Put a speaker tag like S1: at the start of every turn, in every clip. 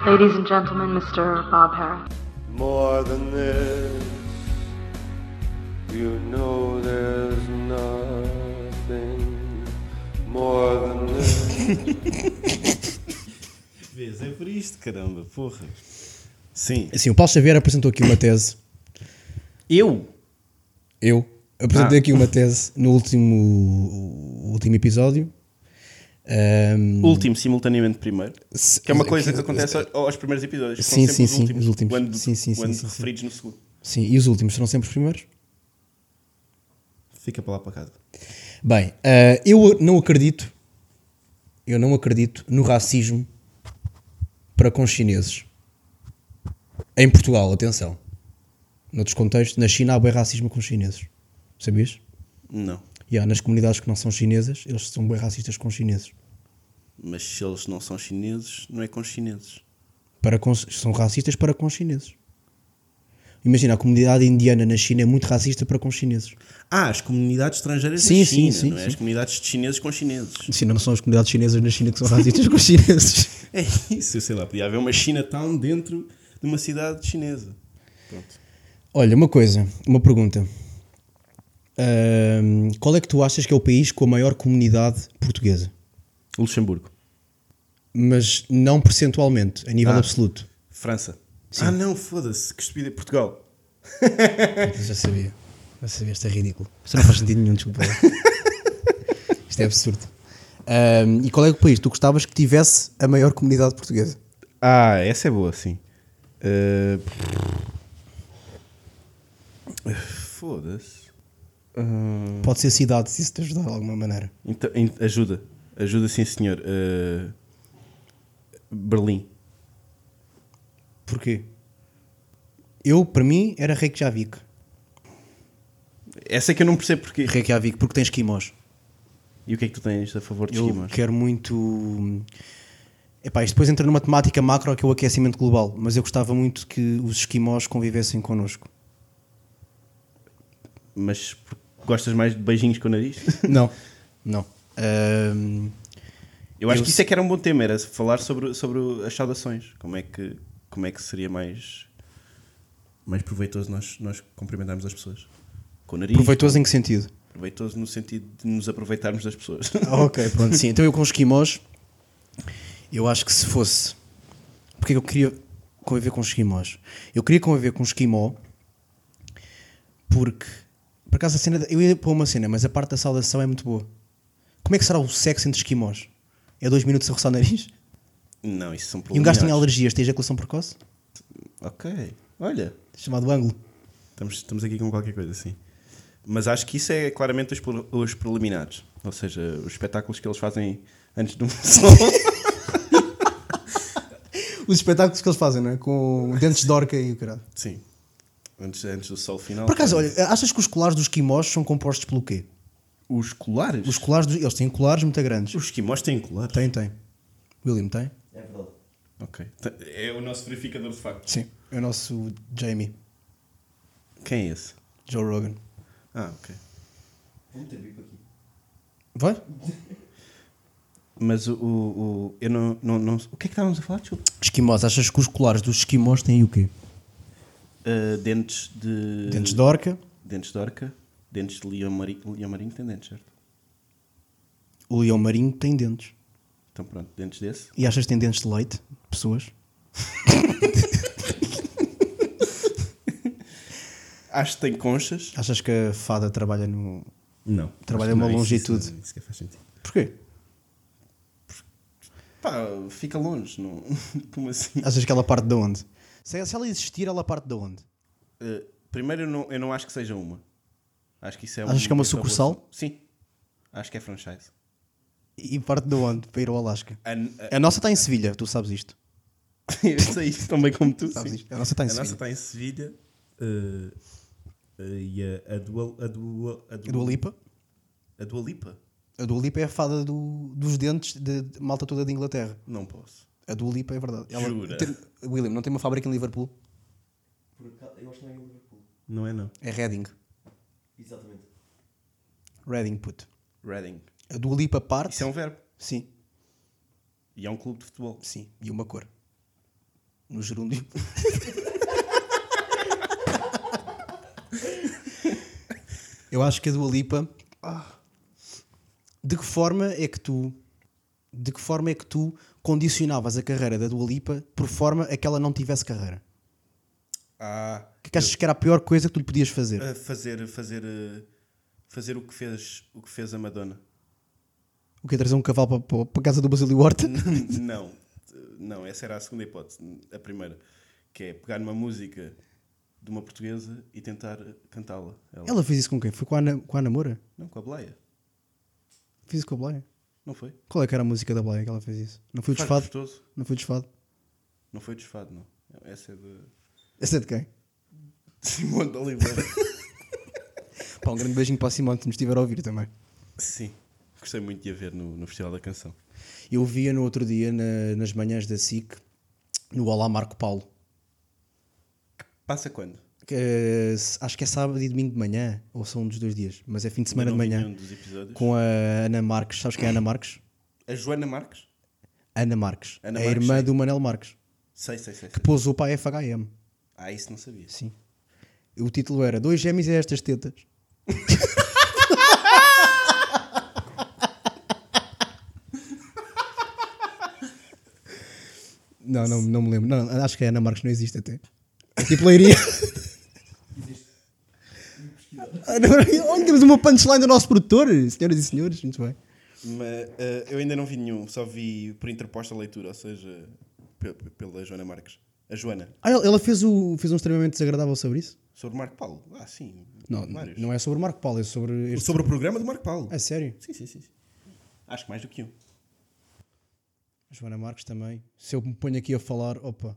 S1: Ladies and gentlemen, Mr. Bob Harris.
S2: More than this, you know there's nothing more than this.
S3: Vês, é por isto, caramba, porra. Sim.
S4: Assim, o Paulo Xavier apresentou aqui uma tese.
S3: Eu?
S4: Eu apresentei
S3: Ah.
S4: aqui uma tese no último, último episódio. Ahm,
S3: Último, simultaneamente primeiro.
S4: se-
S3: Que é uma coisa que acontece ao- aos primeiros episódios. que
S4: Sim,
S3: são sempre
S4: sim,
S3: os
S4: sim,
S3: últimos.
S4: os últimos.
S3: Quando,
S4: Sim, sim, sim,
S3: quando
S4: sim, sim.
S3: referidos no segundo.
S4: Sim, e os últimos serão sempre os primeiros?
S3: Fica para lá para casa.
S4: Bem, ah, eu não acredito, eu não acredito no racismo para com os chineses. Em Portugal, atenção. Noutros contextos, na China há bem racismo com os chineses. Sabias?
S3: Não.
S4: E há nas comunidades que não são chinesas, eles são bem racistas com os chineses.
S3: Mas se eles não são chineses, não é com os chineses.
S4: para com- são racistas para com os chineses. Imagina, a comunidade indiana na China é muito racista para com os chineses.
S3: Ah, as comunidades estrangeiras
S4: Sim,
S3: da
S4: sim,
S3: China,
S4: sim,
S3: não é?
S4: sim.
S3: As comunidades de chineses com chineses.
S4: Sim, não são as comunidades chinesas na China que são racistas com os chineses.
S3: É isso, eu sei lá. Podia haver uma Chinatown dentro de uma cidade chinesa. Pronto.
S4: Olha, uma coisa, uma pergunta. Ahm, qual é que tu achas que é o país com a maior comunidade portuguesa?
S3: Luxemburgo.
S4: Mas não percentualmente, a nível
S3: Ah.
S4: absoluto.
S3: França. Ah, não, foda-se. Que estupidez. Portugal.
S4: Eu já sabia. Já sabia, isto é ridículo. Isto não faz sentido nenhum, desculpa. lá. isto é absurdo. Ahm, e qual é que o país tu gostavas que tivesse a maior comunidade portuguesa?
S3: Ah, essa é boa, sim. Ah, Foda-se. Ah,
S4: Pode ser cidade, se isso te ajudar de alguma maneira.
S3: então, em- ajuda. Ajuda, sim, senhor. Ah, Berlim.
S4: Porquê? Eu, para mim, era Reykjavik.
S3: Essa é que eu não percebo porquê.
S4: Reykjavik, porque tens quimós.
S3: E o que é que tu tens a favor de
S4: Eu
S3: esquimós?
S4: quero muito... Epá, isto depois entra numa temática macro que é o aquecimento global, mas eu gostava muito que os esquimós convivessem connosco.
S3: Mas por- gostas mais de beijinhos com o nariz?
S4: Não. Não. Ahm,
S3: Eu acho
S4: Eu
S3: que isso é que era um bom tema, era falar sobre, sobre as saudações. Como é que, como é que seria mais, mais proveitoso nós, nós cumprimentarmos as pessoas? Com o nariz?
S4: proveitoso em que sentido?
S3: Proveitoso no sentido de nos aproveitarmos das pessoas.
S4: Ah, ok, pronto, sim. Então eu com os esquimós, eu acho que se fosse. Porque é que eu queria conviver com os esquimós? Eu queria conviver com os esquimó porque. Por acaso a cena. da- Eu ia para uma cena, mas a parte da saudação é muito boa. Como é que será o sexo entre esquimós? É dois minutos a roçar o nariz?
S3: Não, isso são problemas.
S4: E um gajo tem alergias, tem ejaculação precoce?
S3: Ok, olha,
S4: Chamado ângulo.
S3: estamos, estamos aqui com qualquer coisa assim. Mas acho que isso é claramente os, pre- os preliminares. Ou seja, os espetáculos que eles fazem antes do som.
S4: Os espetáculos que eles fazem, não é? Com dentes de orca e o caralho.
S3: Sim. Antes, antes do sol final.
S4: Por acaso, olha, achas que os colares dos esquimós são compostos pelo quê?
S3: Os colares?
S4: Os
S3: Os,
S4: colares, dos- eles têm colares muito grandes.
S3: esquimós têm colares?
S4: Tem, tem. William tem?
S3: É verdade. Ok. T- É o nosso verificador de factos.
S4: Sim. É o nosso Jamie,
S3: Quem é esse?
S4: Joe Rogan.
S3: Ah, ok.
S4: Vai?
S3: Mas o. o, o- eu não, não, não- O que é que estávamos a falar? Desculpa.
S4: Esquimós, achas que os colares dos esquimós têm o quê?
S3: Ah, dentes de.
S4: Dentes de orca,
S3: Dentes de orca. Dentes de leão marinho. Leão marinho tem dentes, certo?
S4: o leão marinho tem dentes.
S3: Então pronto, dentes desse.
S4: E achas que tem dentes de leite? Pessoas?
S3: Acho que tem conchas.
S4: Achas que a fada trabalha no.
S3: Não.
S4: Trabalha
S3: Acho que
S4: uma
S3: não, é isso-
S4: longitude.
S3: Isso, isso que faz sentido.
S4: Porquê?
S3: Pá, fica longe, não? Como assim?
S4: Achas que ela parte de onde? Se, se ela existir, ela parte de onde?
S3: Uh, primeiro, eu não, eu não acho que seja uma. Acho que isso é
S4: Achas que é uma sucursal?
S3: boa- Sim. Acho que é franchise.
S4: E parte de onde? Para ir ao Alasca.
S3: A, a,
S4: A nossa está em Sevilha, tu sabes isto.
S3: eu sei isso também como tu.
S4: Sabes
S3: sim.
S4: isto? A nossa está em
S3: a nossa
S4: Sevilha.
S3: está em Sevilha. uh, uh, e a, a, Dua, a, Dua, a,
S4: A Dua Lipa?
S3: A Dua Lipa?
S4: A Dua Lipa é a fada do- dos dentes de de malta toda de Inglaterra.
S3: Não posso.
S4: A Dua Lipa é verdade. Ela
S3: Jura?
S4: tem- William, não tem uma fábrica em Liverpool?
S5: Por acaso, eu acho que não é em Liverpool.
S3: Não é não.
S4: É Reading.
S5: Exatamente.
S4: Reading, puto.
S3: Reading.
S4: A Dua
S3: é
S4: Lipa
S3: um
S4: parte.
S3: Isso é um verbo.
S4: Sim,
S3: E é um clube de futebol.
S4: sim. E uma cor. no gerúndio. Eu acho que a Dua Lipa. ah, De que forma é que tu. De que forma é que tu condicionavas a carreira da Dua Lipa por forma a que ela não tivesse carreira?
S3: Ah,
S4: O que é que achas que era a pior coisa que tu lhe podias fazer?
S3: a fazer, fazer, eh, fazer o que fez, o que fez a Madonna.
S4: O que é trazer um cavalo para, para, para a casa do Basílio Horta?
S3: não, não, essa era a segunda hipótese. A primeira, que é pegar numa música de uma portuguesa e tentar cantá-la. Ela-
S4: Ela fez isso com quem? Foi com a Ana, com a Ana Moura?
S3: Não, com a Blaia.
S4: Fez isso com a Blaia?
S3: Não foi?
S4: Qual é que era a música da Blaia que ela fez isso? Não foi o
S3: Fado
S4: desfado?
S3: Gostoso.
S4: Não foi o desfado?
S3: Não foi desfado, não. Essa é de
S4: Essa é de quem?
S3: Simone de Oliveira.
S4: Pá, um grande beijinho para a Simone que nos estiver a ouvir também.
S3: Sim, gostei muito de a ver no, no Festival da Canção.
S4: Eu via no outro dia, na- nas manhãs da SIC, no Olá Marco Paulo.
S3: Passa quando?
S4: que, eh, se- acho que é sábado e domingo de manhã, ou são um dos dois dias, mas é fim de semana de
S3: Não vi
S4: manhã.
S3: nenhum dos episódios.
S4: Com a Ana Marques, sabes quem é a Ana Marques?
S3: A Joana Marques?
S4: Ana Marques, É
S3: Ana
S4: a
S3: Marques,
S4: irmã
S3: sim.
S4: do Manel Marques,
S3: Sei, sei, sei. sei.
S4: que pousou para a FHM.
S3: Ah, isso não sabia.
S4: Sim. O título era Dois Gêmeos e Estas Tetas. não, não, não me lembro. Não, acho que a Ana Marques não existe até. É Tipo Leiria. Ah, não, Olha, temos uma punchline do nosso produtor, senhoras e senhores. Muito bem.
S3: Mas eh, eu ainda não vi nenhum, só vi por interposta leitura, ou seja, pe- pe- pela Joana Marques. A Joana,
S4: Ah, ela ela fez, o, fez um extremamente desagradável sobre isso?
S3: sobre Marco Paulo. Ah, sim.
S4: Não,
S3: vários.
S4: não é sobre o Marco Paulo, é sobre. Este...
S3: Sobre o programa do Marco Paulo.
S4: É sério?
S3: Sim, sim, sim. sim. Acho que mais do que um.
S4: A Joana Marques também. Se eu me ponho aqui a falar, opa,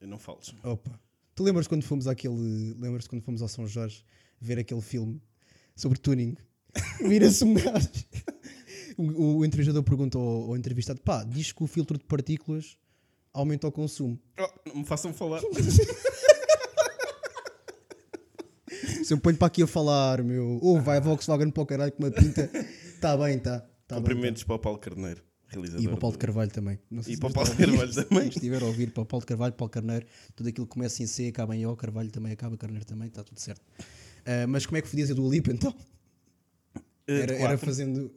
S3: Eu não falo.
S4: opa. Tu lembras quando fomos àquele. Lembras quando fomos ao São Jorge ver aquele filme sobre tuning? Vira-se um gajo. O, o entrevistador pergunta ao, ao entrevistado: pá, diz que o filtro de partículas aumenta o consumo.
S3: Oh, não me façam falar.
S4: Se eu me ponho para aqui a falar, meu, ou vai a Volkswagen para o caralho com uma pinta, está bem, está. Tá bem, tá.
S3: Cumprimentos para o Paulo Carneiro, realizador.
S4: E para o Paulo de
S3: do-
S4: Carvalho também. Não sei
S3: E
S4: se
S3: para o
S4: me
S3: Paulo
S4: está a ouvir.
S3: Carvalho também.
S4: Se estiver a ouvir para o Paulo de Carvalho, Paulo Carneiro, tudo aquilo que começa em C, acaba em O, Carvalho também acaba, Carneiro também, está tudo certo. Ah, mas como é que podias a Dua Lipa então?
S3: Eh,
S4: Era, era
S3: claro.
S4: fazendo.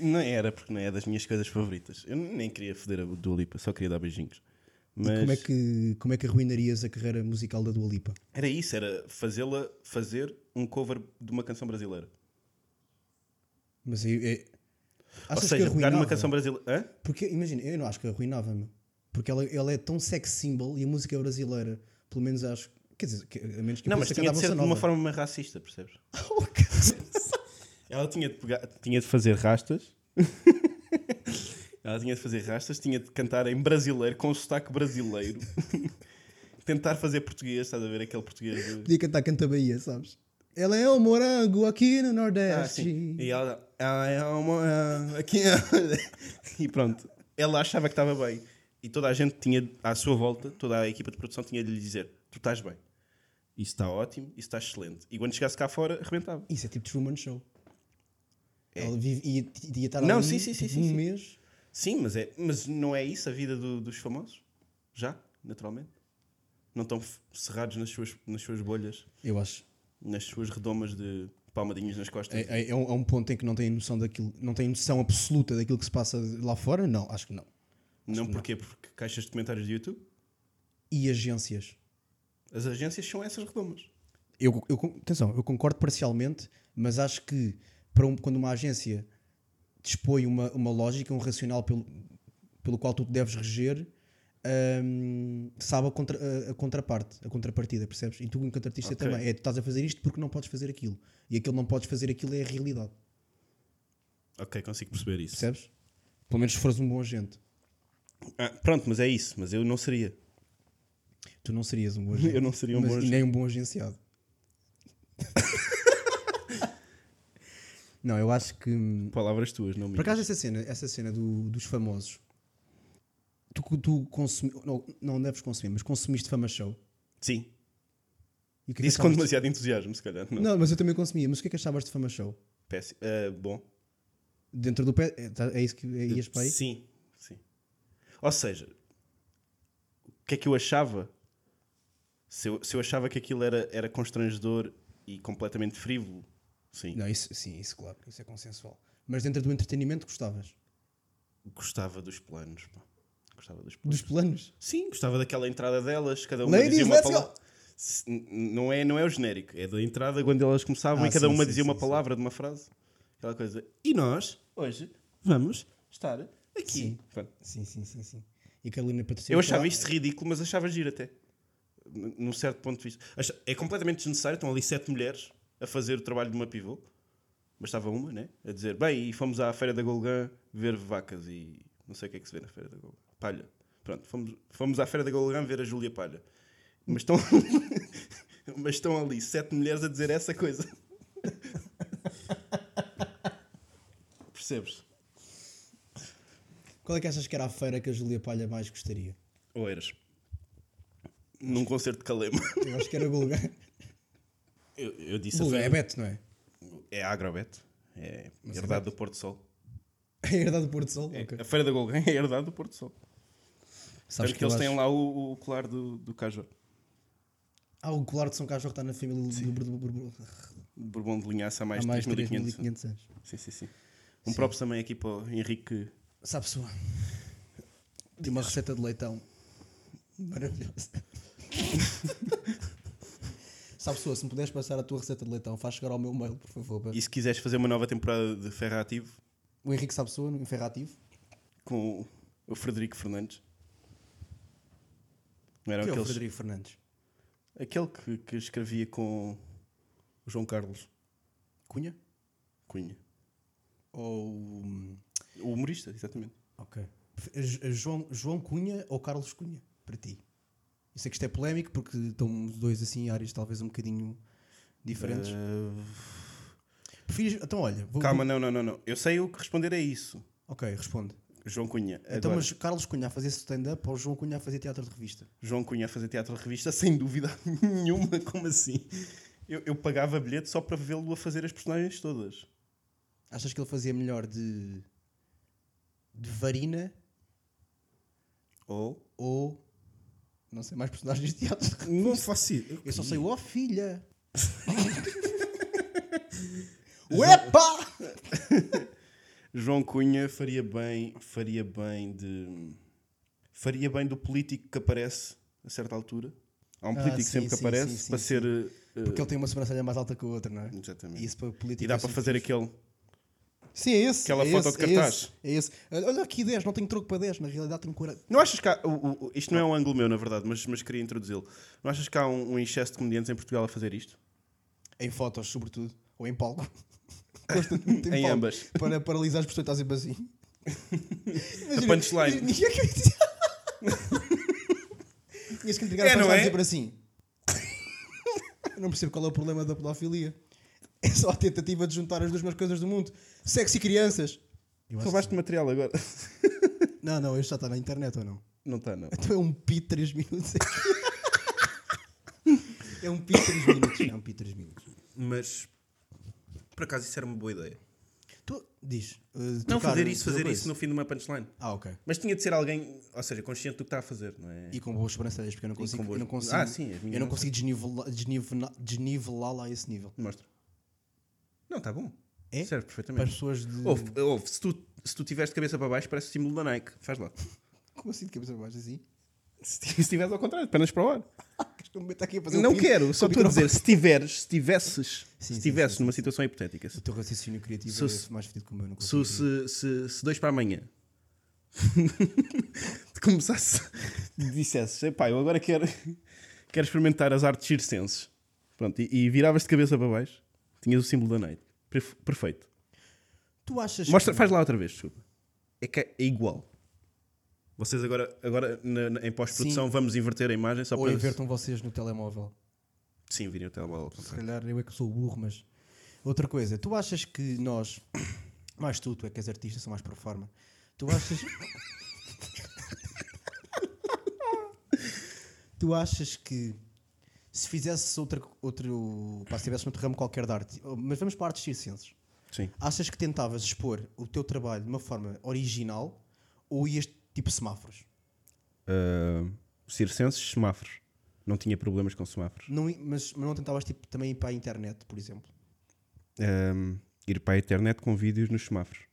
S3: Não era, porque não é das minhas coisas favoritas. Eu nem queria foder a Dua Lipa, só queria dar beijinhos. Mas
S4: Como é, que, como é que arruinarias a carreira musical da Dua Lipa?
S3: era isso, era fazê-la fazer um cover de uma canção brasileira.
S4: Mas aí. É... Achas
S3: Ou
S4: que
S3: seja, pegar
S4: arruinava?
S3: numa canção brasileira. Hã?
S4: Porque imagina, eu não acho que arruinava-me. Porque ela, ela é tão sex symbol e a música brasileira, pelo menos acho. Quer dizer, que- a menos que eu
S3: Não, mas
S4: pense é que
S3: tinha de
S4: cantava
S3: ser de
S4: bossa
S3: uma
S4: nova. Oh,
S3: forma mais racista, percebes? Ela tinha de, pegar- tinha de fazer rastas. Ela tinha de fazer rastas, tinha de cantar em brasileiro, com sotaque brasileiro. Tentar fazer português, estás a ver aquele português. de-
S4: Podia cantar Canta Bahia, sabes? Ela é um morango aqui no
S3: Ah,
S4: Nordeste.
S3: sim. E ela, ela é uma. é, Aqui é. E pronto. Ela achava que estava bem. E toda a gente tinha, à sua volta, toda a equipa de produção tinha de lhe dizer: Tu estás bem. Isso está ótimo, isso está excelente. E quando chegasse cá fora, arrebentava.
S4: Isso é tipo Truman Show. Ela vive, ia, ia estar
S3: É. Não,
S4: ali,
S3: sim, sim, sim,
S4: tipo,
S3: sim,
S4: um
S3: sim.
S4: mês.
S3: Sim, mas, é, mas não é isso a vida do- dos famosos? Já, naturalmente. Não estão f- cerrados nas suas, nas suas bolhas,
S4: Eu acho.
S3: nas suas redomas de palmadinhas nas costas.
S4: É, é- é um, é um ponto em que não tem noção daquilo, não tem noção absoluta daquilo que se passa lá fora? Não, acho que não.
S3: não porquê? Porque caixas de comentários de YouTube,
S4: E agências?
S3: as agências são essas redomas.
S4: Eu, eu, con- atenção, eu concordo parcialmente, mas acho que para um- quando uma agência dispõe uma, uma lógica, um racional pelo, pelo qual tu te deves reger, hum, sabe a, contra, a- a contraparte, a contrapartida, percebes? E tu, enquanto artista,
S3: Ok.
S4: também. É, tu estás a fazer isto porque não podes fazer aquilo. E aquilo não podes fazer aquilo é a realidade,
S3: Ok, consigo perceber isso.
S4: percebes? Pelo menos se fores um bom agente.
S3: Ah, pronto, mas é isso. Mas eu não seria.
S4: Tu não serias um bom agente.
S3: Eu não seria um
S4: Mas-
S3: bom
S4: e Nem um bom agenciado. não, eu acho que... hum,
S3: Palavras tuas, não minhas.
S4: Por acaso, essa cena, essa cena do- dos famosos, tu, tu consumi, não, não deves consumir, mas consumiste fama show.
S3: Sim.
S4: E o que é que
S3: Disse com
S4: achavas-
S3: demasiado entusiasmo, se calhar. Não.
S4: Não, mas eu também consumia. Mas o que é que achavas de fama show?
S3: Péssimo. Ah, bom.
S4: Dentro do pé. é, tá- É isso que é- ias para aí?
S3: Sim, sim. Ou seja, o que é que eu achava? Se eu, se eu achava que aquilo era, era constrangedor e completamente frívolo, sim,
S4: Não, isso, sim, isso claro, isso é consensual. Mas dentro do entretenimento gostavas?
S3: gostava dos planos. pá. Gostava dos planos.
S4: Dos planos?
S3: Sim, gostava daquela entrada delas, cada uma
S4: Ladies,
S3: dizia uma
S4: let's
S3: palavra.
S4: go!
S3: Se- n- Não é, não é o genérico, é da entrada quando elas começavam
S4: Ah,
S3: e cada
S4: sim,
S3: uma
S4: sim,
S3: dizia uma
S4: sim,
S3: palavra de uma frase. Aquela coisa. E nós, hoje, vamos estar aqui. Pronto.
S4: Sim, sim, sim, sim. E Carolina Patrocínio.
S3: Eu achava
S4: Pela-
S3: isto ridículo, mas achava giro até. N- Num certo ponto de vista. Acha- É completamente desnecessário. Estão ali sete mulheres a fazer o trabalho de uma pivô. Bastava uma, né? A dizer, bem, e fomos à Feira da Golgã ver vacas e não sei o que é que se vê na Feira da Golgã. Palha. Pronto, fomos, fomos à Feira da Golgã ver a Júlia Palha. Mas estão... mas estão ali sete mulheres a dizer essa coisa. Percebes?
S4: Qual é que achas que era a feira que a Júlia Palha mais gostaria?
S3: Ou eras? Num concerto de Calema.
S4: Eu acho que era Gulga.
S3: Eu, eu disse a
S4: Gulga é
S3: Feira-
S4: Beto, não é?
S3: É a Agrobet. É herdade do Porto Sol.
S4: É herdade do Porto Sol?
S3: É,
S4: Ok.
S3: A Feira da Golgã é herdade do Porto Sol.
S4: Sabes
S3: Tanto que eles
S4: eu
S3: têm
S4: acho-
S3: lá o, o colar do, do Cajó.
S4: Ah, o colar de São Cajó que está na família do do- do- do-
S3: Bourbon de linhaça há mais
S4: há
S3: de
S4: mais de
S3: 3.500 anos.
S4: 3.500 anos.
S3: Sim, sim, sim. Um próprio também aqui para o Henrique.
S4: Sabe sua. De uma receita de leitão. Maravilhosa. Sabe sua, se me puderes passar a tua receita de leitão, faz chegar ao meu mail, por favor. para-
S3: E se quiseres fazer uma nova temporada de Ferra Ativo
S4: O Henrique Sabe sua, no Inferrativo.
S3: com o Frederico Fernandes. Não era
S4: Que é o
S3: aqueles,
S4: Frederico Fernandes.
S3: aquele que, que escrevia com o João Carlos
S4: Cunha?
S3: Cunha.
S4: Ou. hum,
S3: O humorista, exatamente.
S4: Ok. J- João, João Cunha ou Carlos Cunha, para ti? Eu sei que isto é polémico porque estão os dois assim em áreas talvez um bocadinho diferentes. Prefiro, então, olha,
S3: Eh,
S4: vou,
S3: Calma, não, não, não, não. Eu sei o que responder a isso.
S4: Ok, responde.
S3: João Cunha.
S4: Então,
S3: Agora,
S4: mas Carlos Cunha a fazer stand-up ou João Cunha a fazer teatro de revista?
S3: João Cunha a fazer teatro de revista, sem dúvida nenhuma, como assim? Eu, eu pagava bilhete só para vê-lo a fazer as personagens todas.
S4: Achas que ele fazia melhor de. de Varina Oh.
S3: Ou.
S4: ou. não sei mais personagens de teatro de revista?
S3: Não faço isso.
S4: Eu só sei o ó filha! Uepa!
S3: Eh, João Cunha faria bem, faria bem de. Faria bem do político que aparece a certa altura. Há um
S4: Ah,
S3: político
S4: sim,
S3: sempre que
S4: sim,
S3: aparece
S4: sim, sim,
S3: para
S4: sim.
S3: ser. eh,
S4: Porque ele tem uma sobrancelha mais alta que a outra, não é?
S3: Exatamente.
S4: E isso para o político.
S3: e dá
S4: é
S3: para
S4: sempre
S3: fazer
S4: fixe.
S3: aquele.
S4: Sim, é esse.
S3: aquela
S4: é
S3: foto
S4: esse,
S3: de cartaz.
S4: É esse, é esse. Olha aqui 10, não tenho troco para 10. Na realidade tenho 40.
S3: Não achas que há, o- o- isto não é um ângulo meu, na verdade, mas, mas queria introduzi-lo. Não achas que há um, um excesso de comediantes em Portugal a fazer isto?
S4: Em fotos, sobretudo. Ou em palco. Constantemente
S3: Em
S4: palco.
S3: ambas.
S4: Para paralisar as pessoas, está sempre assim. Imagina,
S3: punchline.
S4: imagina- Tinha que Tinhas que entregar
S3: É,
S4: a
S3: não
S4: punchline
S3: é?
S4: sempre assim. Eu não percebo qual é o problema da pedofilia. É só a tentativa de juntar as duas melhores coisas do mundo. Sexo e crianças. Eu acho que
S3: Roubaste material agora.
S4: sim. Não, não, este já está na internet ou não?
S3: Não está, não.
S4: Então é um pi 3 minutos. é um pi 3 minutos. É um pi 3 minutos.
S3: Mas por acaso isso era uma boa ideia.
S4: Tu diz. uh,
S3: Não
S4: trocar-
S3: fazer isso, fazer
S4: trocar
S3: isso no fim de uma punchline.
S4: Ah, ok.
S3: Mas tinha de ser alguém, ou seja, consciente do que está a fazer, não é?
S4: E com boas sobrancelhas, porque eu não consigo.
S3: boas-
S4: Eu não consigo,
S3: Ah, sim, as minhas
S4: eu
S3: não
S4: não consigo desnivelar, desnivela- desnivelá-la a esse nível.
S3: Mostra. Não, está bom.
S4: É?
S3: Serve
S4: Para as
S3: perfeitamente.
S4: pessoas de.
S3: Ouve, ouve, se tu, se tu tiveres de cabeça para baixo, parece o símbolo da Nike. Faz lá.
S4: Como assim de cabeça baixa assim?
S3: Se estiveres ao contrário, pernas para o ar.
S4: Queres que eu me meta aqui a fazer um
S3: Não
S4: pino?
S3: quero, só estou a
S4: Com o microfone.
S3: dizer, se tiveres, se tivesses,
S4: Sim,
S3: se
S4: sim,
S3: tivesses numa situação hipotética, se
S4: O teu raciocínio criativo
S3: Se-
S4: é
S3: se-
S4: mais fedido que o meu. eu Não
S3: Se, se,
S4: consigo.
S3: se, se dois para amanhã te começasse, dissesses, epá, eu agora quero, quero experimentar as artes circenses. Pronto, e, e viravas de cabeça para baixo, tinhas o símbolo da Nike. Perf- Perfeito.
S4: Tu achas.
S3: Mostra,
S4: que-
S3: faz lá outra vez, desculpa. É que é igual. Vocês agora, agora na- na- em pós-produção vamos inverter a imagem só
S4: Ou
S3: para.
S4: invertam vocês no telemóvel?
S3: Sim, virem o telemóvel. ao
S4: Se
S3: contrário.
S4: calhar eu é que sou burro, mas. Outra coisa, tu achas que nós. Mais tu, tu é que és artista, sou mais pro forma. Tu achas. tu achas que. Se fizesse outra, outro. Pá, se estivesse noutro ramo qualquer de arte. Mas vamos para artes circenses.
S3: Sim.
S4: Achas que tentavas expor o teu trabalho de uma forma original ou ias tipo semáforos?
S3: Ah, circenses, semáforos. Não tinha problemas com semáforos.
S4: Não, i- mas, mas não tentavas tipo, também ir para a internet, por exemplo?
S3: Ah, ir para a internet com vídeos nos semáforos.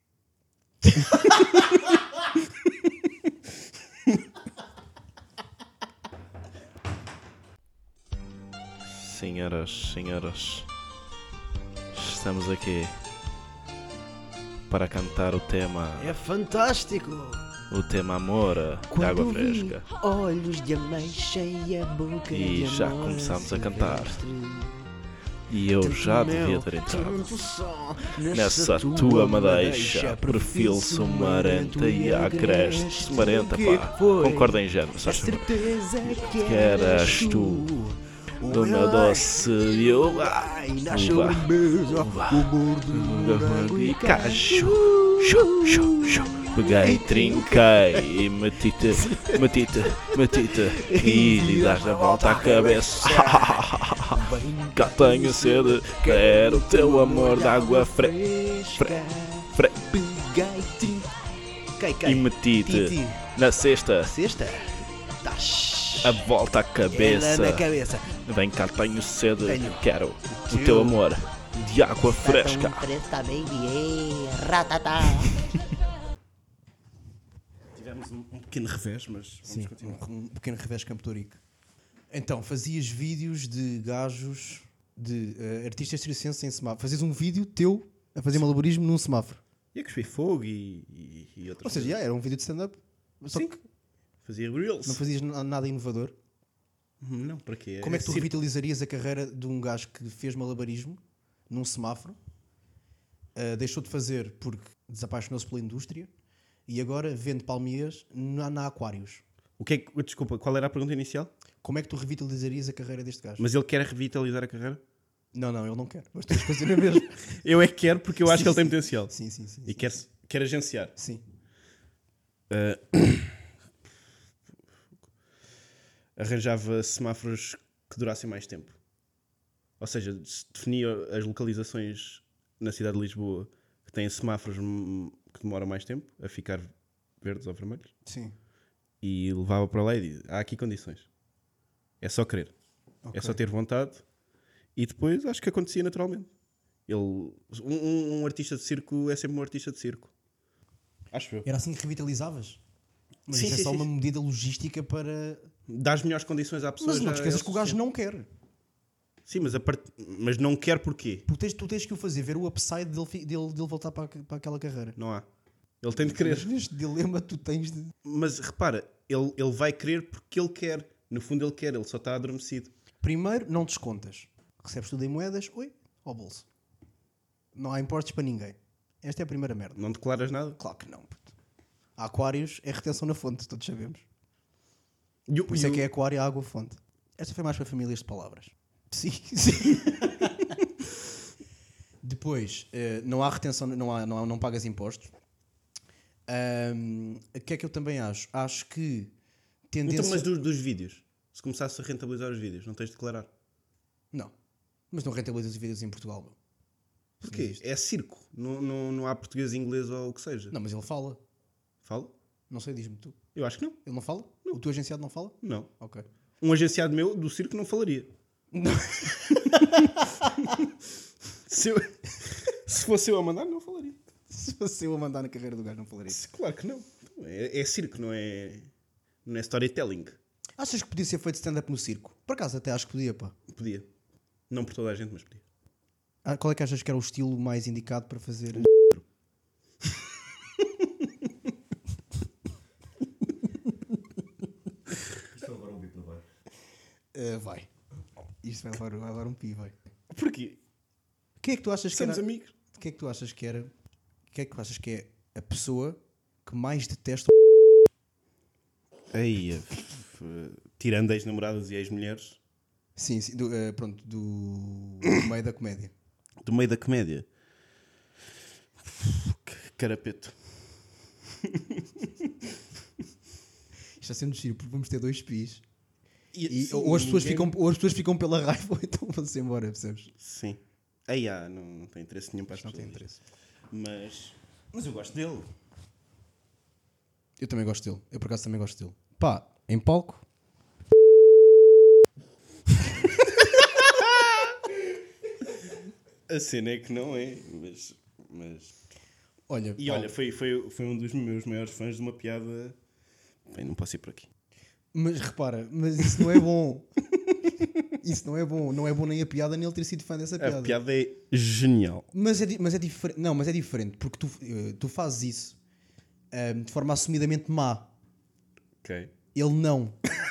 S6: Senhoras, senhores, estamos aqui para cantar o tema,
S7: É fantástico!
S6: o tema amor de água fresca.
S7: olhos de ameixa e a boca
S6: E
S7: de
S6: já
S7: amor
S6: começamos a
S7: silvestre.
S6: cantar. E eu
S7: Tanto
S6: já devia
S7: mel,
S6: ter entrado.
S7: tanto sol
S6: Nessa tua
S7: é
S6: madeixa, perfil sumarenta e agreste. Sumarenta,
S7: O que
S6: pá.
S7: foi?
S6: Concorda em género,
S7: A
S6: sabes?
S7: certeza que
S6: Que
S7: eras
S6: eras
S7: tu, o
S6: Dona
S7: herói.
S6: doce e eu.
S7: Ai, na
S6: Uva.
S7: sobremesa,
S6: Uva.
S7: o mordomo
S6: Morango
S7: e
S6: e
S7: cacho.
S6: cacho. Chu, chu, chu. Peguei, trinquei e meti-te, meti-te, meti-te e lhe dás a volta à cabeça. Cá tenho sede, quero o teu amor de água fre,
S7: fresca.
S6: fre
S7: Peguei-te. Cai,
S6: e
S7: cai.
S6: meti-te
S7: Titi.
S6: na cesta,
S7: Sexta. Tash.
S6: a volta à
S7: Ela
S6: cabeça.
S7: na cabeça.
S6: Vem cá, tenho sede,
S7: Tenho.
S6: quero o teu amor de água fresca.
S8: Fresca, baby, eh, ratatá.
S3: Tivemos um, um pequeno revés, mas vamos
S4: Sim,
S3: continuar.
S4: um, um pequeno revés Campo Torico. Então, fazias vídeos de gajos, de eh, artistas circenses em semáforo. Fazias um vídeo teu a fazer malabarismo num semáforo.
S3: E a cuspir fogo e, e, e outras
S4: Ou seja,
S3: coisas.
S4: já era um vídeo de stand-up. Só que
S3: Fazia reels.
S4: não fazias na- nada inovador.
S3: Hum, Não, para quê?
S4: Como é que tu
S3: Circo.
S4: revitalizarias a carreira de um gajo que fez malabarismo num semáforo, ah, deixou de fazer porque desapaixonou-se pela indústria e agora vende palmeiras na, na Aquários?
S3: O que é que- Desculpa, qual era a pergunta inicial?
S4: Como é que tu revitalizarias a carreira deste gajo?
S3: Mas ele quer revitalizar a carreira?
S4: Não, não, ele não quer. Mas tens de fazer a mesmo.
S3: Eu é que quero porque eu acho
S4: Sim,
S3: que ele tem
S4: sim.
S3: potencial.
S4: sim, sim, sim.
S3: E quer, quer agenciar.
S4: Sim.
S3: Arranjava semáforos que durassem mais tempo. Ou seja, se definia as localizações na cidade de Lisboa que têm semáforos hum, que demoram mais tempo a ficar verdes ou vermelhos
S4: Sim.
S3: e levava para lá e dizia, há aqui condições. É só querer. É só ter vontade. E depois acho que acontecia naturalmente. Ele, um, um- um artista de circo é sempre um artista de circo. Acho eu.
S4: Era assim que revitalizavas? Mas
S3: Sim,
S4: isso
S3: sim,
S4: é só
S3: sim,
S4: uma
S3: sim.
S4: medida logística para.
S3: Dá as melhores condições à pessoa.
S4: Mas não
S3: já
S4: te esqueças
S3: é
S4: que o gajo
S3: suficiente.
S4: não quer.
S3: Sim, mas, a part... mas não quer porquê.
S4: Porque tens- tu tens que o fazer, ver o upside dele, fi- dele, dele voltar para, a- para aquela carreira.
S3: Não há. Ele tem de querer.
S4: Mas neste dilema tu tens de.
S3: Mas repara, ele, ele vai querer porque ele quer. No fundo, ele quer, ele só está adormecido.
S4: Primeiro, não descontas. Recebes tudo em moedas, oi, ao bolso. Não há impostos para ninguém. Esta é a primeira merda.
S3: Não declaras nada.
S4: Claro que não, puto. Há Aquários é retenção na fonte, todos sabemos.
S3: E o-
S4: Por isso
S3: e
S4: é
S3: o-
S4: que é aquário, água, fonte. Esta foi mais para famílias de palavras. Sim, sim. Depois, eh, não há retenção, não, há, não, há- não pagas impostos. Ahm, O que é que eu também acho? Acho que tendência...
S3: Então, mas dos, dos vídeos. Se começasse a rentabilizar os vídeos, não tens de declarar.
S4: Não. Mas não rentabilizas os vídeos em Portugal, meu.
S3: Porquê? É circo. Não, não, não há português, inglês ou o que seja.
S4: Não, mas ele fala.
S3: Fala?
S4: Não sei, diz-me tu.
S3: Eu acho que não.
S4: Ele não fala? O teu agenciado não fala?
S3: Não.
S4: Ok.
S3: Um agenciado meu do circo não falaria. se, eu- se fosse eu a mandar, não falaria.
S4: Se fosse eu a mandar na carreira do gajo, não falaria.
S3: Se- Claro que não. É, é circo, não é, não é storytelling.
S4: Achas que podia ser feito stand-up no circo? Por acaso, até acho que podia, pá.
S3: Podia. Não por toda a gente, mas podia.
S4: Ah, Qual é que achas que era o estilo mais indicado para fazer?
S5: Isto é agora um bip, não vai?
S4: Ah, vai. Isto vai levar, vai levar um pi, vai.
S3: Porquê?
S4: O que é que tu achas que
S3: Somos
S4: era?
S3: amigos.
S4: O que é que tu achas que era? O que é que tu achas que é a pessoa que mais detesta
S3: Aí, tirando ex-namoradas e ex-mulheres,
S4: o... Sim, sim, do, ah, pronto, do meio da comédia.
S3: do meio da comédia. C- Carapeto.
S4: Isto está sendo giro, porque vamos ter dois pis.
S3: E,
S4: E, ou, as pessoas ficam, ou as pessoas ficam pela raiva ou então vão-se embora, percebes?
S3: Sim. Aí há, Ah, não, não tem interesse nenhum para as
S9: Isto não tem
S3: pessoas.
S9: interesse.
S3: Mas, mas eu gosto dele.
S9: Eu também gosto dele. Eu por acaso também gosto dele. Pá, em palco.
S3: A cena é que não é, mas. mas...
S9: Olha,
S3: E
S9: pá,
S3: olha, foi, foi, foi um dos meus maiores fãs de uma piada. Bem, não posso ir por aqui.
S4: Mas repara, mas isso não é bom. isso não é bom. Não é bom nem a piada, nem ele ter sido fã dessa
S3: A piada é genial.
S4: Mas é, di- mas é diferente. Não, mas é diferente, porque tu, eh, tu fazes isso ahm, de forma assumidamente má.
S3: Ok.
S4: Ele não.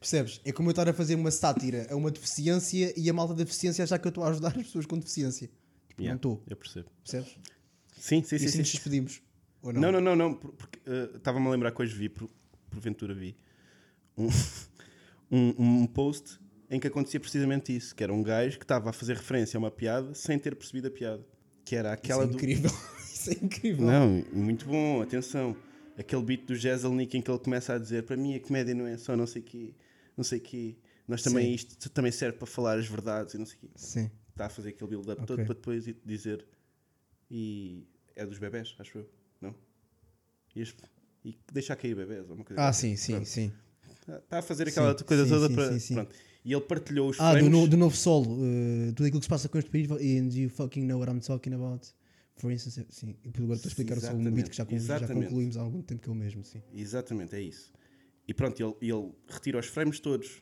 S4: Percebes? É como eu estar a fazer uma sátira a uma deficiência e a malta da deficiência achar que eu estou a ajudar as pessoas com deficiência. Tipo,
S3: Yeah,
S4: não estou.
S3: Eu percebo.
S4: Percebes?
S3: Sim, sim,
S4: e
S3: sim.
S4: assim
S3: sim,
S4: nos despedimos. Ou não?
S3: Não, não, não, não, por- porque eh, estava-me a lembrar que hoje vi, por, porventura vi, um, um, um post em que acontecia precisamente isso, que era um gajo que estava a fazer referência a uma piada sem ter percebido a piada. Que era
S4: Isso
S3: aquela
S4: é
S3: do...
S4: incrível. Isso é incrível.
S3: Não, muito bom, atenção. Aquele beat do Jezelnik em que ele começa a dizer para mim a comédia não é só não sei quê, não sei quê. Nós também, isto também serve para falar as verdades e não sei quê.
S4: Sim.
S3: Está a fazer aquele build-up
S4: Ok.
S3: todo para depois ir dizer e é dos bebés, acho eu, não? E, as- e deixar cair bebés, ou uma coisa
S4: Ah,
S3: assim.
S4: sim, sim, sim.
S3: Está a fazer aquela
S4: Sim,
S3: coisa
S4: sim,
S3: toda
S4: sim,
S3: para.
S4: sim, sim.
S3: Pronto. E ele partilhou os
S4: Ah, do,
S3: frames.
S4: no- do novo solo. eh, tudo aquilo que se passa com este país. And you fucking know what I'm talking about. For instance, eh, sim. E agora estou a explicar o solo um beat que já, con- já
S3: Exatamente.
S4: concluímos há algum tempo que é o mesmo, sim.
S3: Exatamente, é isso. E pronto, ele, ele retira os frames todos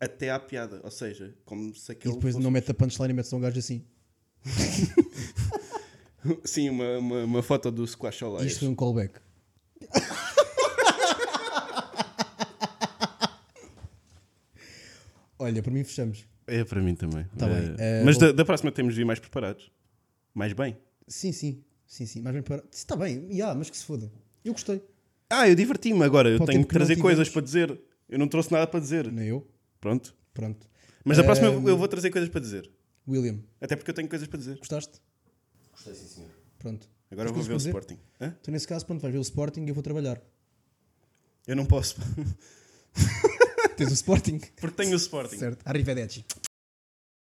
S3: até à piada, ou seja, como se
S4: E
S3: aquele.
S4: depois
S3: fosse-
S4: não mete a punchline e mete só um gajo assim.
S3: Sim, uma, uma, uma foto do Squash All
S4: Isto foi um callback. Olha, para mim fechamos.
S3: É para mim também. É.
S4: Tá bem, eh,
S3: Mas
S4: vou-
S3: da, da próxima temos de vir mais preparados. Mais bem.
S4: Sim, sim, sim, sim. Mas bem para. Está bem, yeah, mas que se foda. Eu gostei.
S3: Ah, eu diverti-me agora. Eu
S4: Para o
S3: tenho
S4: tempo
S3: que
S4: que não
S3: trazer coisas
S4: tivemos.
S3: para dizer. Eu não trouxe nada para dizer.
S4: Não é eu?
S3: Pronto.
S4: Pronto.
S3: Mas da próxima eu- eu vou trazer coisas para dizer.
S4: William,
S3: Até porque eu tenho coisas para dizer.
S4: gostaste?
S5: Gostei, sim, senhor.
S4: Pronto.
S3: Agora eu
S4: Tens
S3: vou
S4: coisas
S3: ver o
S4: para dizer?
S3: Sporting. Hã?
S4: Tu nesse caso, pronto, vais ver o Sporting e eu vou trabalhar.
S3: Eu não posso.
S4: Tens o Sporting.
S3: porque tenho o Sporting.
S4: é certo. Arrivederci.